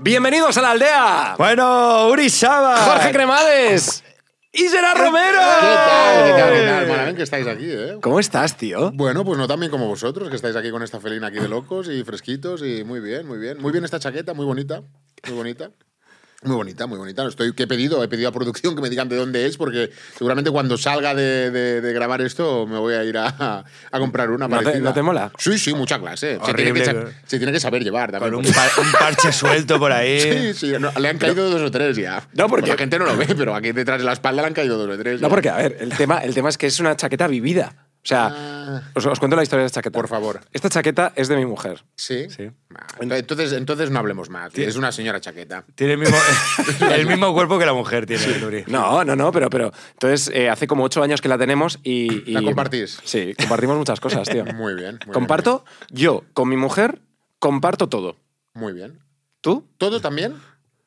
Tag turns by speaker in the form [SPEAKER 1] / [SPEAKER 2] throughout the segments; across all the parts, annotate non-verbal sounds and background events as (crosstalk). [SPEAKER 1] Bienvenidos a la aldea.
[SPEAKER 2] Bueno, Uri Saba.
[SPEAKER 1] Jorge Cremades. Y Gerard Romero.
[SPEAKER 3] ¿Qué tal? ¿Qué tal? ¿Qué tal? Malamente que estáis aquí, ¿eh?
[SPEAKER 1] ¿Cómo estás, tío?
[SPEAKER 3] Bueno, pues no tan bien como vosotros, que estáis aquí con esta felina aquí de locos y fresquitos y muy bien, muy bien. Muy bien esta chaqueta, muy bonita, muy bonita. Muy bonita, muy bonita. Estoy, ¿Qué he pedido? He pedido a producción que me digan de dónde es, porque seguramente cuando salga de, de- de grabar esto me voy a ir a, a comprar una
[SPEAKER 1] ¿No te-
[SPEAKER 3] parecida.
[SPEAKER 1] no te mola?
[SPEAKER 3] Sí, sí, mucha clase. Se tiene,
[SPEAKER 2] Horrible,
[SPEAKER 3] que, sa-
[SPEAKER 2] pero-
[SPEAKER 3] se tiene que saber llevar también.
[SPEAKER 2] Con un, par- un parche suelto por (laughs) ahí.
[SPEAKER 3] (laughs) Sí, sí, no, le han caído dos o tres ya.
[SPEAKER 1] No, porque-
[SPEAKER 3] la gente no lo ve, pero aquí detrás de la espalda le han caído dos o tres.
[SPEAKER 1] No,
[SPEAKER 3] ya.
[SPEAKER 1] porque, a ver, el tema, el tema es que es una chaqueta vivida. O sea,
[SPEAKER 3] Ah.
[SPEAKER 1] os, os cuento la historia de esta chaqueta.
[SPEAKER 3] Por favor.
[SPEAKER 1] Esta chaqueta es de mi mujer.
[SPEAKER 3] Sí.
[SPEAKER 1] Sí.
[SPEAKER 3] Ah, Entonces, entonces no hablemos más. Es una señora chaqueta.
[SPEAKER 2] Tiene (laughs) el mismo, el mismo cuerpo que la mujer tiene, Uri.
[SPEAKER 1] No, no, no, pero, pero entonces eh, hace como ocho años que la tenemos y, y-
[SPEAKER 3] ¿La compartís?
[SPEAKER 1] Sí, compartimos muchas cosas, tío.
[SPEAKER 3] (laughs) Muy bien. muy bien,
[SPEAKER 1] comparto yo con mi mujer, comparto todo.
[SPEAKER 3] Muy bien.
[SPEAKER 1] ¿Tú?
[SPEAKER 3] ¿Todo también?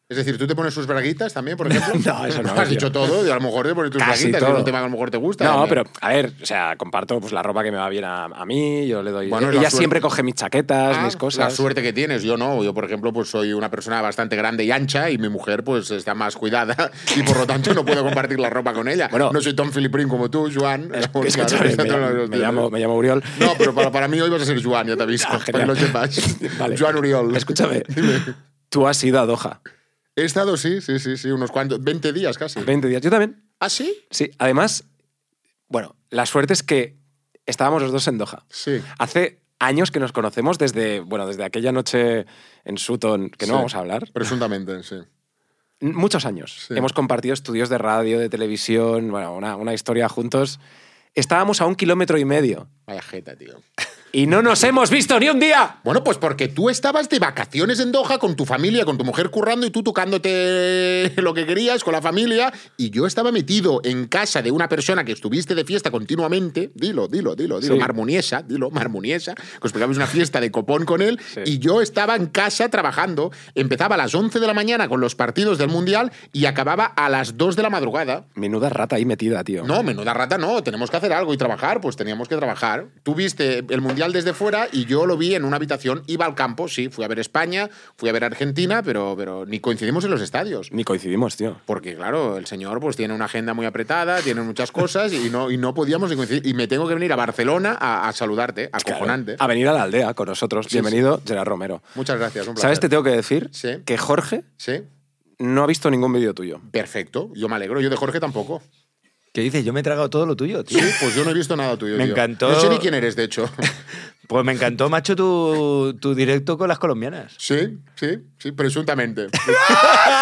[SPEAKER 3] Es decir, ¿tú te pones sus braguitas también,
[SPEAKER 1] (laughs)
[SPEAKER 3] por ejemplo?
[SPEAKER 1] No, eso no,
[SPEAKER 3] (laughs) Has
[SPEAKER 1] tío.
[SPEAKER 3] dicho todo y a lo mejor te pones tus
[SPEAKER 1] Casi
[SPEAKER 3] braguitas, que es
[SPEAKER 1] todo.
[SPEAKER 3] un tema que a lo mejor te gusta.
[SPEAKER 1] No,
[SPEAKER 3] también.
[SPEAKER 1] pero a ver, o sea, comparto pues la ropa que me va bien a, a mí, yo le doy.
[SPEAKER 3] Bueno, es la
[SPEAKER 1] ella
[SPEAKER 3] suerte.
[SPEAKER 1] siempre coge mis chaquetas,
[SPEAKER 3] Ah,
[SPEAKER 1] mis
[SPEAKER 3] La
[SPEAKER 1] cosas.
[SPEAKER 3] suerte que tienes, yo no. Yo, por ejemplo, pues soy una persona bastante grande y ancha y mi mujer pues está más cuidada (laughs) y por lo tanto no puedo compartir la ropa con ella.
[SPEAKER 1] Bueno.
[SPEAKER 3] no soy Tom Filiprín como tú,
[SPEAKER 1] (laughs)
[SPEAKER 3] Joan. (laughs) Claro,
[SPEAKER 1] Escúchame,
[SPEAKER 3] está
[SPEAKER 1] me,
[SPEAKER 3] todos los
[SPEAKER 1] me
[SPEAKER 3] días.
[SPEAKER 1] llamo, me llamo
[SPEAKER 3] (laughs)
[SPEAKER 1] Uriol.
[SPEAKER 3] No, pero para, para mí hoy vas a ser Joan, ya te aviso.
[SPEAKER 1] (laughs) Ah,
[SPEAKER 3] para que
[SPEAKER 1] genial.
[SPEAKER 3] Pues lo sepas.
[SPEAKER 1] (laughs) Vale.
[SPEAKER 3] Joan Uriol. (laughs)
[SPEAKER 1] Escúchame. Tú has ido a Doha.
[SPEAKER 3] He estado, sí, sí, sí, sí, unos cuantos, 20 días casi.
[SPEAKER 1] 20 días. Yo también.
[SPEAKER 3] ¿Ah, sí?
[SPEAKER 1] Sí. Además, bueno, la suerte es que estábamos los dos en Doha.
[SPEAKER 3] Sí.
[SPEAKER 1] Hace años que nos conocemos desde, bueno, desde aquella noche en Sutton, que no
[SPEAKER 3] Sí.
[SPEAKER 1] vamos a hablar.
[SPEAKER 3] Presuntamente, sí.
[SPEAKER 1] N- Muchos años.
[SPEAKER 3] Sí.
[SPEAKER 1] Hemos compartido estudios de radio, de televisión, bueno, una, una historia juntos. Estábamos a un kilómetro y medio
[SPEAKER 3] Vaya jeta, tío.
[SPEAKER 1] y no nos hemos visto ni un día.
[SPEAKER 3] Bueno, pues porque tú estabas de vacaciones en Doha con tu familia, con tu mujer currando y tú tocándote (laughs) lo que querías con la familia y yo estaba metido en casa de una persona que estuviste de fiesta continuamente, dilo, dilo, dilo, dilo,
[SPEAKER 1] Sí.
[SPEAKER 3] marmuniesa, dilo, marmuniesa, que os pegabais una fiesta de copón con él
[SPEAKER 1] Sí.
[SPEAKER 3] y yo estaba en casa trabajando, empezaba a las 11 de la mañana con los partidos del Mundial y acababa a las 2 de la madrugada.
[SPEAKER 1] Menuda rata ahí metida, tío.
[SPEAKER 3] No, menuda rata no, tenemos que hacer algo y trabajar, pues teníamos que trabajar. Tú viste el Mundial desde fuera y yo lo vi en una habitación, iba al campo, sí, fui a ver España, fui a ver Argentina, pero, pero ni coincidimos en los estadios.
[SPEAKER 1] Ni coincidimos, tío.
[SPEAKER 3] Porque claro, el señor pues tiene una agenda muy apretada, tiene muchas cosas y no, y no podíamos ni coincidir. Y me tengo que venir a Barcelona a, a saludarte, acojonante.
[SPEAKER 1] A venir a la aldea con nosotros.
[SPEAKER 3] Sí,
[SPEAKER 1] Bienvenido, Gerard Romero.
[SPEAKER 3] Muchas gracias, un placer.
[SPEAKER 1] ¿Sabes? Te tengo que decir
[SPEAKER 3] Sí.
[SPEAKER 1] que Jorge
[SPEAKER 3] Sí,
[SPEAKER 1] no ha visto ningún vídeo tuyo.
[SPEAKER 3] perfecto, yo me alegro, yo de Jorge tampoco.
[SPEAKER 2] ¿Qué dices? Yo me he tragado todo lo tuyo, tío.
[SPEAKER 3] Sí, pues yo no he visto nada tuyo.
[SPEAKER 2] Me
[SPEAKER 3] tío.
[SPEAKER 2] encantó-
[SPEAKER 3] No sé ni quién eres, de hecho.
[SPEAKER 2] Pues me encantó, macho, tu, tu directo con las colombianas.
[SPEAKER 3] Sí, sí, sí, presuntamente. (laughs)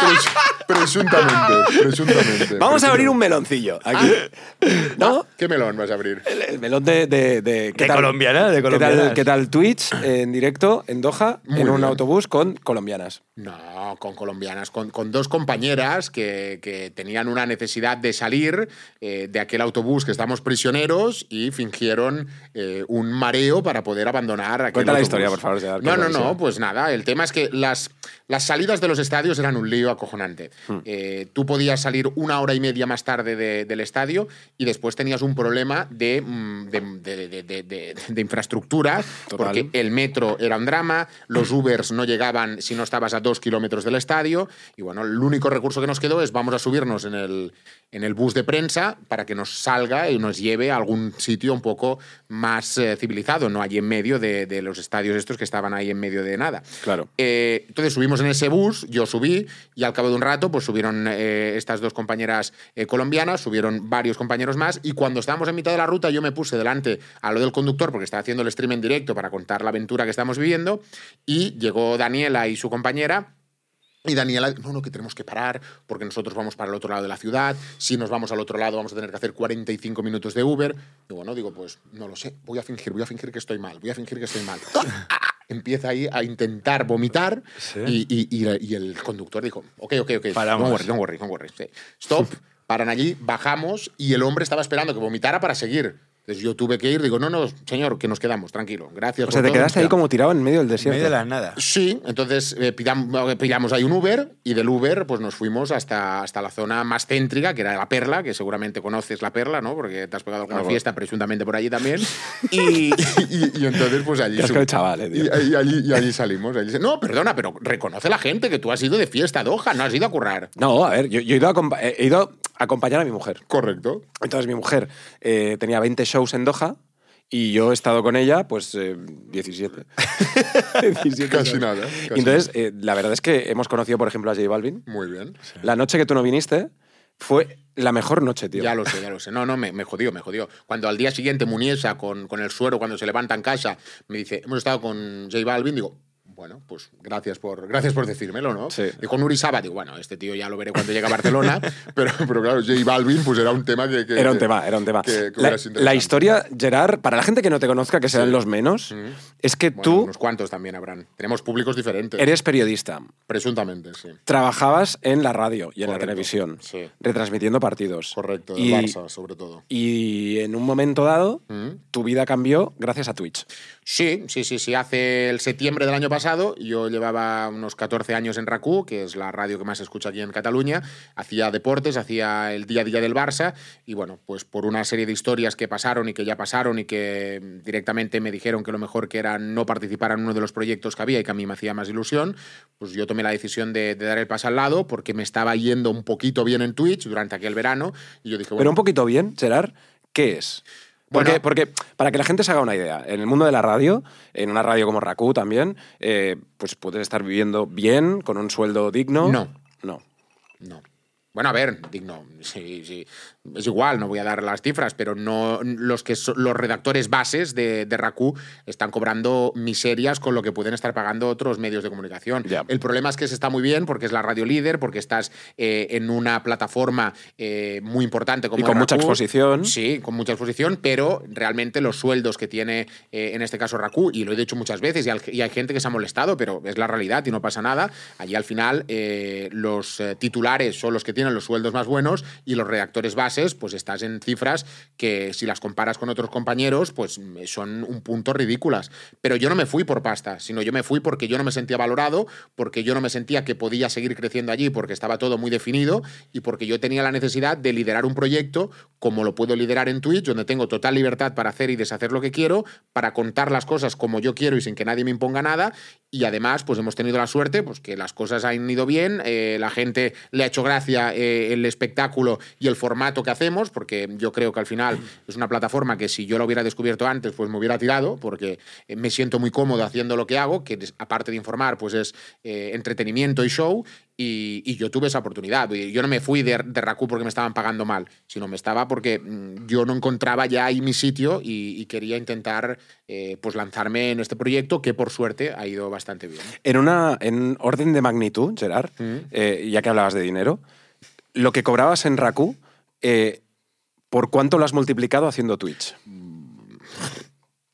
[SPEAKER 3] Pres- presuntamente, presuntamente.
[SPEAKER 1] Vamos a abrir un meloncillo aquí.
[SPEAKER 3] Ah.
[SPEAKER 1] ¿No?
[SPEAKER 3] ¿Qué melón vas a abrir?
[SPEAKER 1] El, el melón de. De, de-
[SPEAKER 2] De colombiana, de
[SPEAKER 1] ¿qué
[SPEAKER 2] colombianas.
[SPEAKER 1] tal, qué tal Twitch en directo en Doha
[SPEAKER 3] Muy
[SPEAKER 1] en un
[SPEAKER 3] bien.
[SPEAKER 1] autobús con colombianas?
[SPEAKER 3] No, con colombianas, con, con dos compañeras que, que tenían una necesidad de salir eh, de aquel autobús que estamos prisioneros y fingieron eh, un mareo para poder abandonar aquel
[SPEAKER 1] Cuenta la
[SPEAKER 3] autobús.
[SPEAKER 1] historia, por favor, Gerard, que
[SPEAKER 3] No,
[SPEAKER 1] es
[SPEAKER 3] no,
[SPEAKER 1] buenísimo.
[SPEAKER 3] no, pues nada, el tema es que las, las salidas de los estadios eran un lío acojonante.
[SPEAKER 1] Hmm.
[SPEAKER 3] Eh, tú podías salir una hora y media más tarde de- del estadio y después tenías un problema de, mm, de, de- de- de- de- de infraestructura,
[SPEAKER 1] Total.
[SPEAKER 3] porque el metro era un drama, los Ubers no llegaban si no estabas a dos kilómetros del estadio, y bueno, el único recurso que nos quedó es vamos a subirnos en el, en el bus de prensa para que nos salga y nos lleve a algún sitio un poco más eh, civilizado, no allí en medio de, de los estadios estos que estaban ahí en medio de nada.
[SPEAKER 1] Claro.
[SPEAKER 3] Eh, entonces subimos en ese bus, yo subí y al cabo de un rato pues subieron eh, estas dos compañeras eh, colombianas, subieron varios compañeros más y cuando estábamos en mitad de la ruta yo me puse delante a lo del conductor porque estaba haciendo el stream en directo para contar la aventura que estamos viviendo y llegó Daniela y su compañera y Daniela, no, no, que tenemos que parar porque nosotros vamos para el otro lado de la ciudad. Si nos vamos al otro lado, vamos a tener que hacer 45 minutos de Uber. Y bueno, digo, pues no lo sé, voy a fingir, voy a fingir que estoy mal, voy a fingir que
[SPEAKER 1] (laughs)
[SPEAKER 3] estoy mal. Ah, Empieza ahí a intentar vomitar y, y- y- y el conductor dijo, ok, ok, ok,
[SPEAKER 2] Paramos.
[SPEAKER 3] no worry, no worry, no worry. sí. Stop, paran allí, bajamos y el hombre estaba esperando que vomitara para seguir. Entonces yo tuve que ir, digo, no, no, señor, que nos quedamos, tranquilo, gracias.
[SPEAKER 1] O sea, te
[SPEAKER 3] por todo, nos
[SPEAKER 1] quedaste ahí
[SPEAKER 3] quedamos".
[SPEAKER 1] como tirado en medio del
[SPEAKER 2] En
[SPEAKER 1] desierto.
[SPEAKER 2] medio de las nada.
[SPEAKER 3] Sí, entonces eh, pidam- pillamos, ahí un Uber y del Uber pues nos fuimos hasta, hasta la zona más céntrica, que era La Perla, que seguramente conoces La Perla, ¿no? Porque te has pegado alguna
[SPEAKER 1] Claro.
[SPEAKER 3] fiesta presuntamente por allí (laughs) también. Y, y- y entonces pues allí...
[SPEAKER 1] Qué asco
[SPEAKER 3] sub-
[SPEAKER 1] de chaval, eh, tío.
[SPEAKER 3] y, y allí, y allí salimos. allí se- No, perdona, pero reconoce la gente que tú has ido de fiesta, Doha, no has ido a currar.
[SPEAKER 1] No, a ver, yo, yo he, ido a, acompa- eh, he ido a acompañar a mi mujer.
[SPEAKER 3] Correcto.
[SPEAKER 1] Entonces mi mujer eh, tenía 20 shows en Doha y yo he estado con ella, pues, eh,
[SPEAKER 3] (laughs)
[SPEAKER 1] 17. 17
[SPEAKER 3] Casi
[SPEAKER 1] shows.
[SPEAKER 3] nada, casi
[SPEAKER 1] Y entonces, eh, la verdad es que hemos conocido, por ejemplo, a J Balvin.
[SPEAKER 3] Muy bien.
[SPEAKER 1] La noche que tú no viniste fue la mejor noche, tío.
[SPEAKER 3] Ya lo sé, ya lo sé. No, no, me, me jodió, me jodió. Cuando al día siguiente Muniesa con, con el suero, cuando se levanta en casa, me dice, hemos estado con J Balvin, digo, bueno, pues gracias por, gracias por decírmelo, ¿no?
[SPEAKER 1] Sí.
[SPEAKER 3] Dijo Nuri Saba, digo, bueno, este tío ya lo veré cuando llegue a Barcelona, (laughs) pero, pero claro, J Balvin pues era un tema que... que-
[SPEAKER 1] Era un
[SPEAKER 3] que-
[SPEAKER 1] tema, era un tema.
[SPEAKER 3] que- que hubiera
[SPEAKER 1] la,
[SPEAKER 3] sido
[SPEAKER 1] la
[SPEAKER 3] interesante.
[SPEAKER 1] historia, Gerard, para la gente que no te conozca, que serán los menos, es que
[SPEAKER 3] Mm. Bueno,
[SPEAKER 1] tú
[SPEAKER 3] Unos cuantos también habrán. Tenemos públicos diferentes.
[SPEAKER 1] eres periodista,
[SPEAKER 3] Presuntamente, sí.
[SPEAKER 1] trabajabas en la radio y en la
[SPEAKER 3] Correcto,
[SPEAKER 1] televisión,
[SPEAKER 3] sí.
[SPEAKER 1] retransmitiendo partidos.
[SPEAKER 3] Correcto, del
[SPEAKER 1] Y,
[SPEAKER 3] Barça, sobre todo.
[SPEAKER 1] y en un momento dado,
[SPEAKER 3] Mm.
[SPEAKER 1] tu vida cambió gracias a Twitch.
[SPEAKER 3] Sí, sí, sí, sí. Hace el septiembre del año pasado yo llevaba unos 14 años en RACU, que es la radio que más se escucha aquí en Cataluña. Hacía deportes, hacía el día a día del Barça y bueno, pues por una serie de historias que pasaron y que ya pasaron y que mm, directamente me dijeron que lo mejor que era no participar en uno de los proyectos que había y que a mí me hacía más ilusión, pues yo tomé la decisión de, de dar el paso al lado porque me estaba yendo un poquito bien en Twitch durante aquel verano y yo dije,
[SPEAKER 1] Pero
[SPEAKER 3] bueno,
[SPEAKER 1] un poquito bien, Gerard, ¿qué es? Porque,
[SPEAKER 3] Bueno.
[SPEAKER 1] porque para que la gente se haga una idea, en el mundo de la radio, en una radio como Raku también, eh, pues puedes estar viviendo bien, con un sueldo digno.
[SPEAKER 3] No.
[SPEAKER 1] No.
[SPEAKER 3] No. Bueno, a ver, digno, sí, sí. Es igual, no voy a dar las cifras, pero no los que so- los redactores bases de, de Raku están cobrando miserias con lo que pueden estar pagando otros medios de comunicación.
[SPEAKER 1] Ya.
[SPEAKER 3] El problema es que se está muy bien porque es la radio líder, porque estás eh, en una plataforma eh, muy importante como
[SPEAKER 1] Y con
[SPEAKER 3] es
[SPEAKER 1] mucha
[SPEAKER 3] Raku.
[SPEAKER 1] exposición.
[SPEAKER 3] Sí, con mucha exposición, pero realmente los sueldos que tiene, eh, en este caso, Raku, y lo he dicho muchas veces, y, al- y hay gente que se ha molestado, pero es la realidad y no pasa nada. Allí al final eh, los eh, titulares son los que tienen los sueldos más buenos y los redactores bases, pues estás en cifras que si las comparas con otros compañeros, pues mm, son un punto ridículas. Pero yo no me fui por pasta, sino yo me fui porque yo no me sentía valorado, porque yo no me sentía que podía seguir creciendo allí, porque estaba todo muy definido y porque yo tenía la necesidad de liderar un proyecto como lo puedo liderar en Twitch, donde tengo total libertad para hacer y deshacer lo que quiero, para contar las cosas como yo quiero y sin que nadie me imponga nada. Y además, pues hemos tenido la suerte, pues que las cosas han ido bien, eh, la gente le ha hecho gracia eh, el espectáculo y el formato que hacemos, porque yo creo que al final es una plataforma que si yo lo hubiera descubierto antes, pues me hubiera tirado, porque eh, me siento muy cómodo haciendo lo que hago, que es- aparte de informar, pues es eh, entretenimiento y show. Y, y yo tuve esa oportunidad. Y Yo no me fui de, de Raku porque me estaban pagando mal, sino me estaba porque mm, yo no encontraba ya ahí mi sitio y, y quería intentar eh, pues lanzarme en este proyecto que por suerte ha ido bastante bien.
[SPEAKER 1] En, una, en orden de magnitud, Gerard,
[SPEAKER 3] Mm.
[SPEAKER 1] eh, ya que hablabas de dinero, lo que cobrabas en Raku, eh, ¿por cuánto lo has multiplicado haciendo Twitch?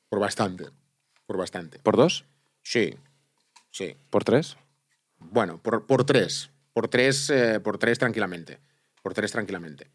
[SPEAKER 3] Por bastante. Por bastante.
[SPEAKER 1] ¿Por dos?
[SPEAKER 3] Sí. Sí.
[SPEAKER 1] ¿Por tres?
[SPEAKER 3] Bueno, por, por tres. Por tres, eh, por tres tranquilamente. Por tres tranquilamente.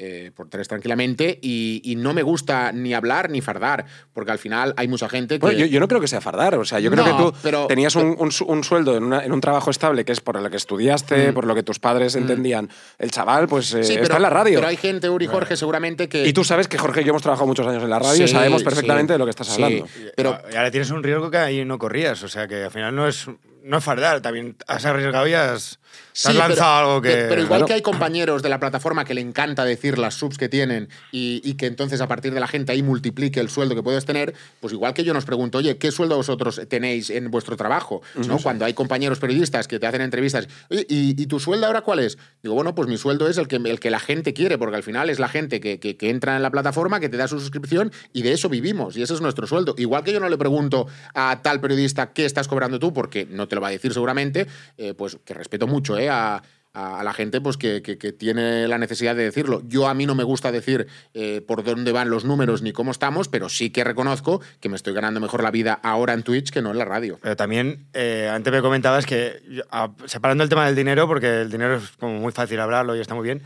[SPEAKER 3] Eh, por tres tranquilamente. Y, y no me gusta ni hablar ni fardar, porque al final hay mucha gente que.
[SPEAKER 1] Bueno, yo, yo no creo que sea fardar. O sea, yo creo
[SPEAKER 3] No,
[SPEAKER 1] que tú
[SPEAKER 3] pero-
[SPEAKER 1] tenías un, un su- un sueldo en, una- en un trabajo estable que es por lo que estudiaste, por lo que tus padres entendían. El chaval, pues eh,
[SPEAKER 3] Mm. Sí,
[SPEAKER 1] está en la radio.
[SPEAKER 3] Pero hay gente, Uri Jorge, seguramente que.
[SPEAKER 1] Y tú sabes que Jorge y yo hemos trabajado muchos años en la radio y
[SPEAKER 3] Sí,
[SPEAKER 1] sabemos perfectamente
[SPEAKER 3] sí,
[SPEAKER 1] de lo que estás
[SPEAKER 3] sí.
[SPEAKER 1] hablando.
[SPEAKER 3] Pero-
[SPEAKER 2] Y ahora tienes un riesgo que ahí no corrías. O sea que al final no es, no es fardar. También has arriesgado y has, te
[SPEAKER 3] Sí,
[SPEAKER 2] has
[SPEAKER 3] pero-
[SPEAKER 2] lanzado algo que.
[SPEAKER 3] pe- Pero, igual
[SPEAKER 1] Claro.
[SPEAKER 3] que hay compañeros de la plataforma que le encanta decir las subs que tienen y, y que entonces a partir de la gente ahí multiplique el sueldo que puedes tener, pues igual que yo nos pregunto, oye, ¿qué sueldo vosotros tenéis en vuestro trabajo? ¿No? Cuando hay compañeros periodistas que te hacen entrevistas, "Oye, ¿y, y tu sueldo ahora cuál es? Digo, bueno, pues mi sueldo es el que, el que la gente quiere, porque al final es la gente que, que- que entra en la plataforma, que te da su suscripción y de eso vivimos y ese es nuestro sueldo. Igual que yo no le pregunto a tal periodista qué estás cobrando tú, porque no te lo va a decir seguramente, eh, pues que respeto mucho eh, a, a a la gente pues que, que- que tiene la necesidad de decirlo. Yo a mí no me gusta decir eh, por dónde van los números ni cómo estamos, pero sí que reconozco que me estoy ganando mejor la vida ahora en Twitch que no en la radio.
[SPEAKER 2] Pero también, eh, antes me comentabas que, yo- a- separando el tema del dinero, porque el dinero es como muy fácil hablarlo y está muy bien,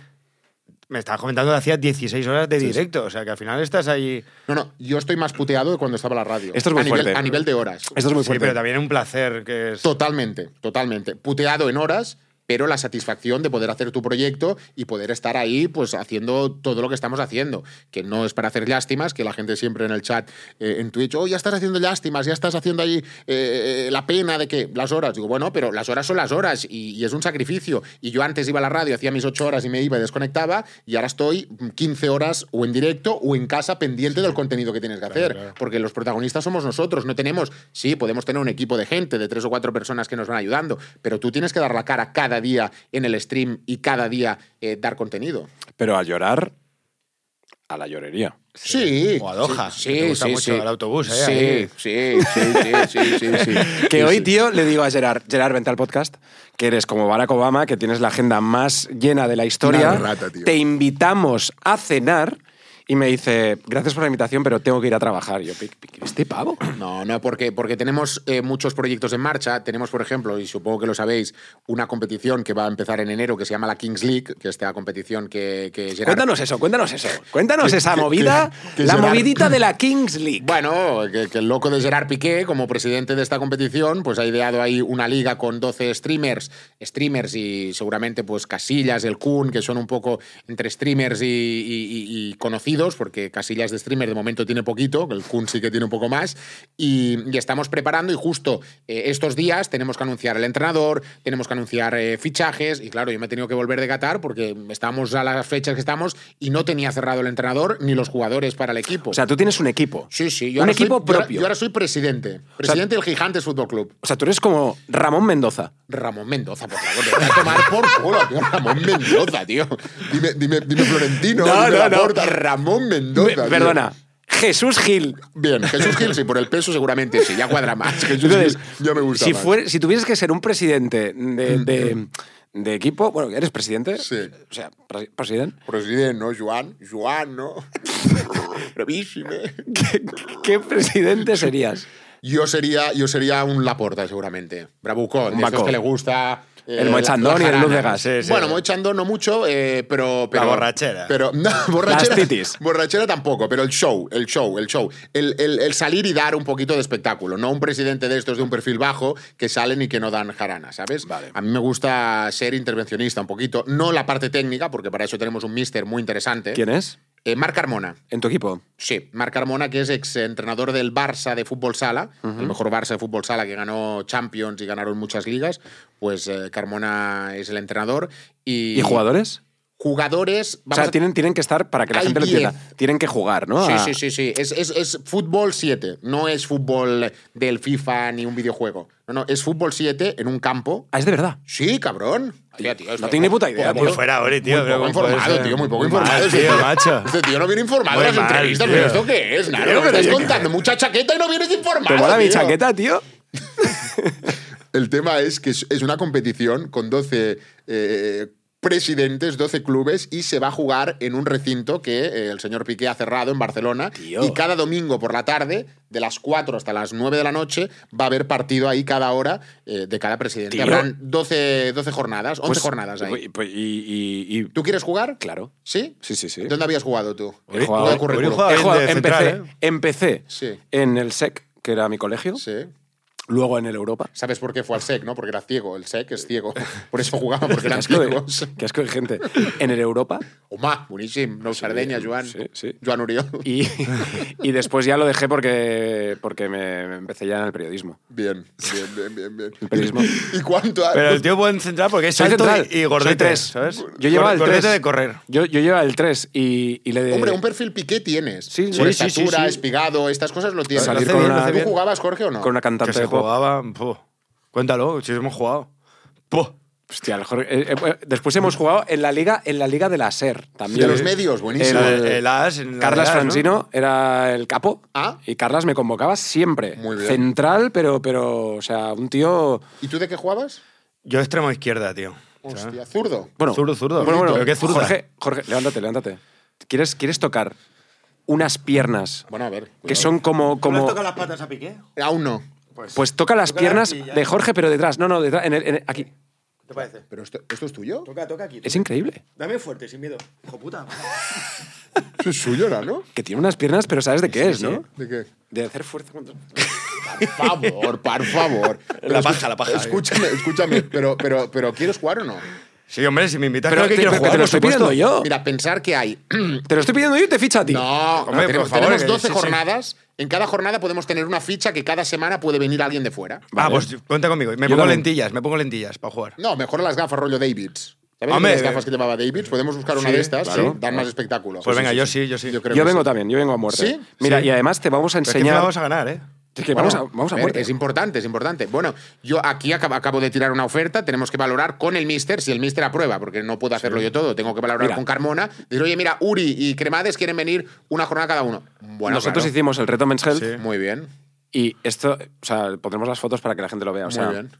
[SPEAKER 2] me estabas comentando que hacía 16 horas de directo, o sea que al final estás ahí.
[SPEAKER 3] No, no, yo estoy más puteado de cuando estaba la radio.
[SPEAKER 1] Esto es muy
[SPEAKER 3] a nivel,
[SPEAKER 1] fuerte.
[SPEAKER 3] A nivel de horas.
[SPEAKER 1] Esto es muy
[SPEAKER 2] sí,
[SPEAKER 1] fuerte.
[SPEAKER 2] pero también un placer que es.
[SPEAKER 3] Totalmente, totalmente. Puteado en horas, pero la satisfacción de poder hacer tu proyecto y poder estar ahí, pues haciendo todo lo que estamos haciendo. Que no es para hacer lástimas, que la gente siempre en el chat, eh, en Twitch, oh, ya estás haciendo lástimas, ya estás haciendo ahí eh, eh, la pena de que las horas. Digo, bueno, pero las horas son las horas y, y es un sacrificio. Y yo antes iba a la radio, hacía mis ocho horas y me iba y desconectaba, y ahora estoy 15 horas o en directo o en casa pendiente del contenido que tienes que hacer.
[SPEAKER 2] claro.
[SPEAKER 3] Porque los protagonistas somos nosotros, no tenemos, sí, podemos tener un equipo de gente, de tres o cuatro personas que nos van ayudando, pero tú tienes que dar la cara cada día en el stream y cada día eh, dar contenido.
[SPEAKER 1] Pero a llorar, a la llorería.
[SPEAKER 3] Sí.
[SPEAKER 2] O a Doha,
[SPEAKER 3] Sí,
[SPEAKER 2] que te gusta
[SPEAKER 3] sí,
[SPEAKER 2] mucho
[SPEAKER 3] sí.
[SPEAKER 2] el autobús, ¿eh?
[SPEAKER 3] Sí,
[SPEAKER 2] Ahí.
[SPEAKER 3] sí, sí, sí, sí, sí,
[SPEAKER 2] (laughs)
[SPEAKER 3] sí.
[SPEAKER 1] Que
[SPEAKER 3] Sí,
[SPEAKER 1] hoy,
[SPEAKER 3] sí.
[SPEAKER 1] tío, le digo a Gerard, Gerard, vente al podcast, que eres como Barack Obama, que tienes la agenda más llena de la historia.
[SPEAKER 3] Una rata, tío.
[SPEAKER 1] Te invitamos a cenar y me dice, gracias por la invitación, pero tengo que ir a trabajar. Y yo, "Pic, pic, este pavo.
[SPEAKER 3] No, no, porque, porque tenemos eh, muchos proyectos en marcha. Tenemos, por ejemplo, y supongo que lo sabéis, una competición que va a empezar en enero que se llama la Kings League, que es esta competición que, que Gerard-
[SPEAKER 1] Cuéntanos eso, cuéntanos eso. Cuéntanos esa
[SPEAKER 3] que-
[SPEAKER 1] movida,
[SPEAKER 3] que
[SPEAKER 1] la
[SPEAKER 3] Gerard-
[SPEAKER 1] movidita de la Kings League.
[SPEAKER 3] Bueno, que, que el loco de Gerard Piqué, como presidente de esta competición, pues ha ideado ahí una liga con 12 streamers, streamers y seguramente pues Casillas, el Kun, que son un poco entre streamers y, y- y- y conocidos, porque Casillas de streamer de momento tiene poquito, el Kun sí que tiene un poco más, y, y estamos preparando y justo eh, estos días tenemos que anunciar el entrenador, tenemos que anunciar eh, fichajes, y claro, yo me he tenido que volver de Qatar porque estamos a las fechas que estamos y no tenía cerrado el entrenador ni los jugadores para el equipo.
[SPEAKER 1] O sea, tú tienes un equipo.
[SPEAKER 3] Sí, sí.
[SPEAKER 1] Un
[SPEAKER 3] ahora
[SPEAKER 1] equipo
[SPEAKER 3] soy- yo ahora-
[SPEAKER 1] propio.
[SPEAKER 3] Yo ahora soy presidente. Presidente del Gigantes Fútbol Club.
[SPEAKER 1] O sea, tú eres como Ramón Mendoza.
[SPEAKER 3] Ramón Mendoza, por favor. Te voy a tomar por culo, tío. Ramón Mendoza, tío. Dime, dime, dime Florentino.
[SPEAKER 1] No,
[SPEAKER 3] dime
[SPEAKER 1] no, no.
[SPEAKER 3] Laporta, Ramón Mendoza.
[SPEAKER 1] Me-
[SPEAKER 3] tío.
[SPEAKER 1] perdona, Jesús Gil.
[SPEAKER 3] Bien, Jesús Gil, sí, por el peso seguramente sí. Ya cuadra más. Jesús
[SPEAKER 1] Entonces,
[SPEAKER 3] Gil, (laughs) ya me gusta
[SPEAKER 1] si,
[SPEAKER 3] más. Mm.
[SPEAKER 1] fuer- si tuvieses que ser un presidente de, de- de equipo, bueno, ¿eres presidente?
[SPEAKER 3] Sí.
[SPEAKER 1] O sea, pre- presidente. (laughs)
[SPEAKER 3] Presidente, ¿no? Joan. Joan, ¿no? (laughs) Brevísime.
[SPEAKER 1] ¿Qué, qué presidente serías?
[SPEAKER 3] Yo sería, yo sería un Laporta, seguramente. Bravucón,
[SPEAKER 1] Un
[SPEAKER 3] de estos
[SPEAKER 1] Bacó.
[SPEAKER 3] que le gusta.
[SPEAKER 1] El Moe Chandón y el
[SPEAKER 3] jarana.
[SPEAKER 1] Luz de Gas.
[SPEAKER 2] Sí, sí.
[SPEAKER 3] Bueno, Moe Chandón no mucho, eh, pero, pero.
[SPEAKER 2] borrachera.
[SPEAKER 3] Pero, (laughs) no, borrachera.
[SPEAKER 1] Las titis.
[SPEAKER 3] Borrachera tampoco, pero el show, el show, el show. El, el- el salir y dar un poquito de espectáculo. No un presidente de estos de un perfil bajo que salen y que no dan jarana, ¿sabes?
[SPEAKER 1] Vale.
[SPEAKER 3] A mí me gusta ser intervencionista un poquito. No la parte técnica, porque para eso tenemos un mister muy interesante.
[SPEAKER 1] ¿Quién es?
[SPEAKER 3] Eh, Marc Carmona.
[SPEAKER 1] ¿En tu equipo?
[SPEAKER 3] Sí, Marc Carmona, que es ex entrenador del Barça de fútbol sala, el mejor Barça de fútbol sala que ganó Champions y ganaron muchas ligas, pues eh, Carmona es el entrenador. ¿Y,
[SPEAKER 1] ¿Y jugadores?
[SPEAKER 3] Jugadores.
[SPEAKER 1] O
[SPEAKER 3] vamos
[SPEAKER 1] sea,
[SPEAKER 3] a-
[SPEAKER 1] tienen, tienen que estar, para que la
[SPEAKER 3] Hay
[SPEAKER 1] gente lo
[SPEAKER 3] diez.
[SPEAKER 1] entienda, tienen que jugar, ¿no? Ah,
[SPEAKER 3] Sí,
[SPEAKER 1] A-
[SPEAKER 3] sí, sí, sí. Es, es- es fútbol 7, no es fútbol del FIFA ni un videojuego. No, no, es fútbol 7 en un campo.
[SPEAKER 1] Ah, es de verdad.
[SPEAKER 3] Sí, cabrón. Tío, tío, esto-
[SPEAKER 1] tengo ni puta idea,
[SPEAKER 2] Muy fuera, Ori, tío.
[SPEAKER 3] muy
[SPEAKER 2] pero
[SPEAKER 3] poco
[SPEAKER 2] ¿cómo puede
[SPEAKER 3] informado,
[SPEAKER 2] ser?
[SPEAKER 3] tío, muy poco
[SPEAKER 2] Mal,
[SPEAKER 3] informado. Este
[SPEAKER 1] (laughs)
[SPEAKER 2] tío, macho.
[SPEAKER 3] Este tío no viene informado
[SPEAKER 2] Muy
[SPEAKER 3] a las
[SPEAKER 2] mal,
[SPEAKER 3] entrevistas,
[SPEAKER 2] tío.
[SPEAKER 3] pero ¿esto qué es? Claro,
[SPEAKER 2] Tío,
[SPEAKER 3] me
[SPEAKER 2] pero
[SPEAKER 3] estás
[SPEAKER 2] yo-
[SPEAKER 3] contando mucha chaqueta y no vienes informado.
[SPEAKER 1] ¿Te Pues mola mi
[SPEAKER 3] tío.
[SPEAKER 1] chaqueta, tío?
[SPEAKER 3] El tema es que es es una competición con 12 eh, presidentes, 12 clubes, y se va a jugar en un recinto que eh, el señor Piqué ha cerrado en Barcelona.
[SPEAKER 1] Tío.
[SPEAKER 3] Y cada domingo por la tarde, de las 4 hasta las 9 de la noche, va a haber partido ahí cada hora eh, de cada presidente.
[SPEAKER 1] Tío.
[SPEAKER 3] Habrán 12, 12 jornadas, 11 jornadas ahí.
[SPEAKER 1] Y, pues, y- y- y-
[SPEAKER 3] ¿Tú quieres jugar?
[SPEAKER 1] claro.
[SPEAKER 3] ¿Sí?
[SPEAKER 1] Sí, sí, sí.
[SPEAKER 3] ¿Dónde habías jugado tú?
[SPEAKER 1] He jugado-
[SPEAKER 3] Todo el currículum.
[SPEAKER 2] He jugado-
[SPEAKER 1] He jugado-
[SPEAKER 2] de
[SPEAKER 1] empecé,
[SPEAKER 2] central, ¿eh?
[SPEAKER 1] empecé
[SPEAKER 3] Sí.
[SPEAKER 1] en el SEC, que era mi colegio,
[SPEAKER 3] Sí.
[SPEAKER 1] luego en el Europa.
[SPEAKER 3] ¿Sabes por qué fue al SEC, no? Porque era ciego. El SEC
[SPEAKER 1] (laughs)
[SPEAKER 3] es ciego. Por eso jugaba, porque
[SPEAKER 1] Qué
[SPEAKER 3] eran
[SPEAKER 1] asco, de,
[SPEAKER 3] ciegos.
[SPEAKER 1] qué asco de gente. En el Europa
[SPEAKER 3] Home, boníssim. Nou Sardenya, Joan.
[SPEAKER 1] sí, sí.
[SPEAKER 3] Joan Oriol.
[SPEAKER 1] y, y después ya lo dejé porque, porque me, me empecé ya en el periodismo.
[SPEAKER 3] (laughs) Bien, bien, bien, bien. bien.
[SPEAKER 1] El periodismo.
[SPEAKER 3] (laughs) ¿Y cuánto? ha-
[SPEAKER 2] Pero el tío buen central porque es
[SPEAKER 1] Soy
[SPEAKER 2] alto
[SPEAKER 1] central,
[SPEAKER 2] y
[SPEAKER 1] soy
[SPEAKER 2] gordete,
[SPEAKER 1] tres.
[SPEAKER 2] ¿sabes?
[SPEAKER 1] Yo llevaba el
[SPEAKER 2] Gordete
[SPEAKER 1] 3.
[SPEAKER 2] de correr.
[SPEAKER 1] Yo, yo llevaba el 3 y, y le de,
[SPEAKER 3] Hombre, un perfil piqué tienes.
[SPEAKER 1] Sí,
[SPEAKER 3] Por
[SPEAKER 1] sí, sí, sí,
[SPEAKER 3] estatura,
[SPEAKER 1] sí.
[SPEAKER 3] espigado, estas cosas lo tienes.
[SPEAKER 1] Salir
[SPEAKER 2] con
[SPEAKER 3] ¿Tú
[SPEAKER 2] una-
[SPEAKER 3] ¿Tú jugabas, Jorge, o no?
[SPEAKER 1] con una
[SPEAKER 2] Que
[SPEAKER 1] cantante
[SPEAKER 2] se
[SPEAKER 1] de pop.
[SPEAKER 2] jugaba. puh. Cuéntalo, si hemos jugado. Puh.
[SPEAKER 1] Hostia, el Jorge- eh, eh, después hemos jugado en la liga, en la liga de la SER también.
[SPEAKER 3] De los medios, buenísimo.
[SPEAKER 1] El-
[SPEAKER 2] El as en la
[SPEAKER 1] Carlas
[SPEAKER 2] liga, ¿no?
[SPEAKER 1] Francino era el capo
[SPEAKER 3] Ah.
[SPEAKER 1] y Carlas me convocaba siempre.
[SPEAKER 3] Muy bien.
[SPEAKER 1] Central, pero, pero, o sea, un tío.
[SPEAKER 3] ¿Y tú de qué jugabas?
[SPEAKER 2] Yo extremo izquierda, tío.
[SPEAKER 3] Hostia, zurdo.
[SPEAKER 1] Bueno,
[SPEAKER 2] Zurdo, zurdo.
[SPEAKER 1] Bueno, bueno,
[SPEAKER 2] Pero qué zurda.
[SPEAKER 1] Jorge, Jorge, levántate, levántate. ¿Quieres, quieres tocar unas piernas
[SPEAKER 3] Bueno, a ver.
[SPEAKER 1] que
[SPEAKER 3] cuidado.
[SPEAKER 1] son como. como
[SPEAKER 2] las patas a Piqué?
[SPEAKER 3] Aún no.
[SPEAKER 1] pues toca las
[SPEAKER 2] toca
[SPEAKER 1] piernas
[SPEAKER 2] las- y ya.
[SPEAKER 1] de Jorge, pero detrás. No, no, detrás, en el- en el- aquí.
[SPEAKER 2] ¿Te parece?
[SPEAKER 3] ¿Pero esto, esto es tuyo?
[SPEAKER 2] Toca, toca aquí.
[SPEAKER 1] Es increíble.
[SPEAKER 2] Dame fuerte, sin miedo. Hijo puta.
[SPEAKER 3] Esto es suyo, ¿no?
[SPEAKER 1] Que tiene unas piernas, pero sabes de qué es, ¿no?
[SPEAKER 3] ¿De qué?
[SPEAKER 1] De hacer fuerza contra...
[SPEAKER 3] Por favor, por favor. Pero
[SPEAKER 2] paja,
[SPEAKER 3] escucha-
[SPEAKER 2] la paja, eh.
[SPEAKER 3] Escúchame, escúchame, pero, pero, pero ¿quieres jugar o no?
[SPEAKER 2] Sí, hombre, si me invitas,
[SPEAKER 1] Pero
[SPEAKER 2] claro que
[SPEAKER 1] te-
[SPEAKER 2] quiero
[SPEAKER 1] pero que
[SPEAKER 2] jugar.
[SPEAKER 1] te lo
[SPEAKER 2] por
[SPEAKER 1] estoy
[SPEAKER 2] supuesto.
[SPEAKER 1] pidiendo yo.
[SPEAKER 3] Mira, pensar que hay.
[SPEAKER 1] Te lo estoy pidiendo yo y te ficha a ti.
[SPEAKER 3] No,
[SPEAKER 2] Hombre,
[SPEAKER 3] tenemos,
[SPEAKER 2] por favor,
[SPEAKER 3] tenemos
[SPEAKER 2] que-
[SPEAKER 3] 12
[SPEAKER 2] sí, sí.
[SPEAKER 3] jornadas. En cada jornada podemos tener una ficha que cada semana puede venir alguien de fuera.
[SPEAKER 2] Ah, pues cuenta conmigo. Me
[SPEAKER 1] Yo
[SPEAKER 2] pongo
[SPEAKER 1] también.
[SPEAKER 2] lentillas, me pongo lentillas para jugar.
[SPEAKER 3] No, mejor las gafas rollo Davids. ¿Sabes
[SPEAKER 2] Hombre,
[SPEAKER 3] las
[SPEAKER 2] eh.
[SPEAKER 3] gafas que llevaba Davids? Podemos buscar una
[SPEAKER 2] Sí,
[SPEAKER 3] de estas,
[SPEAKER 1] claro.
[SPEAKER 3] sí, dan más espectáculo.
[SPEAKER 2] Pues venga, yo sí, yo sí.
[SPEAKER 3] Yo creo
[SPEAKER 1] Yo
[SPEAKER 3] que
[SPEAKER 1] vengo
[SPEAKER 3] sí.
[SPEAKER 1] también, yo vengo a muerte.
[SPEAKER 3] ¿Sí?
[SPEAKER 1] Mira,
[SPEAKER 2] Sí.
[SPEAKER 1] y además te vamos a
[SPEAKER 2] Pero es que al final
[SPEAKER 1] enseñar...
[SPEAKER 2] vamos a ganar, ¿eh?
[SPEAKER 1] Es que
[SPEAKER 3] Bueno,
[SPEAKER 1] vamos a, vamos a
[SPEAKER 3] ver,
[SPEAKER 1] muerte.
[SPEAKER 3] Es importante, es importante. Bueno, yo aquí acabo, acabo de tirar una oferta, tenemos que valorar con el Mister, si el Mister aprueba, porque no puedo hacerlo yo todo, tengo que valorar
[SPEAKER 1] Mira.
[SPEAKER 3] con Carmona. Decir, oye, mira, Uri y Cremades quieren venir una jornada cada uno. Bueno,
[SPEAKER 1] Nosotros
[SPEAKER 3] claro.
[SPEAKER 1] hicimos el reto Men's Health
[SPEAKER 2] Sí.
[SPEAKER 3] Muy bien,
[SPEAKER 1] y esto, o sea, pondremos las fotos para que la gente lo vea. O sea,
[SPEAKER 3] bien.